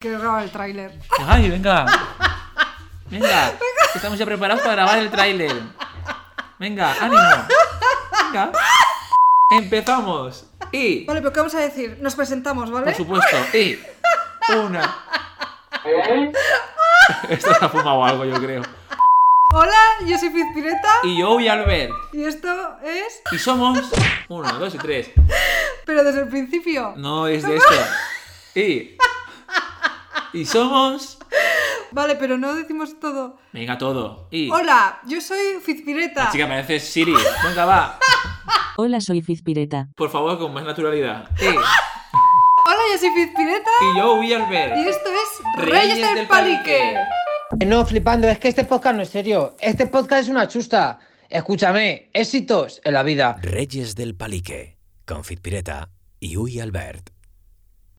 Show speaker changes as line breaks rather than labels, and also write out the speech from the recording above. Que graba el tráiler.
Ay, venga. Venga. Estamos ya preparados para grabar el tráiler. Venga, ánimo. Venga. Empezamos. Y,
Vale, pero ¿qué vamos a decir? Nos presentamos, ¿vale?
por supuesto, y. Una. Esto se ha fumado algo, yo creo.
Hola, yo soy Fiz Pireta
Y yo voy a Albert.
y esto es...
Y somos. Uno, dos y tres.
Pero desde el principio.
No es de esto. Y. Y somos.
Vale, pero no decimos todo.
Venga, todo. Y.
Hola, yo soy Fiz Pireta.
Chica, parece Siri. Venga, va.
Hola, soy Fizpireta.
Por favor, con más naturalidad. Y.
Hola, yo soy Fiz Pireta
Y yo voy
y
Albert.
esto es Reyes, del, Palique.
Eh, No, flipando, es que este podcast no es serio. Este podcast es una chusta. Escúchame, éxitos en la vida.
Reyes del Palique, con Fit Pireta y Uy Albert.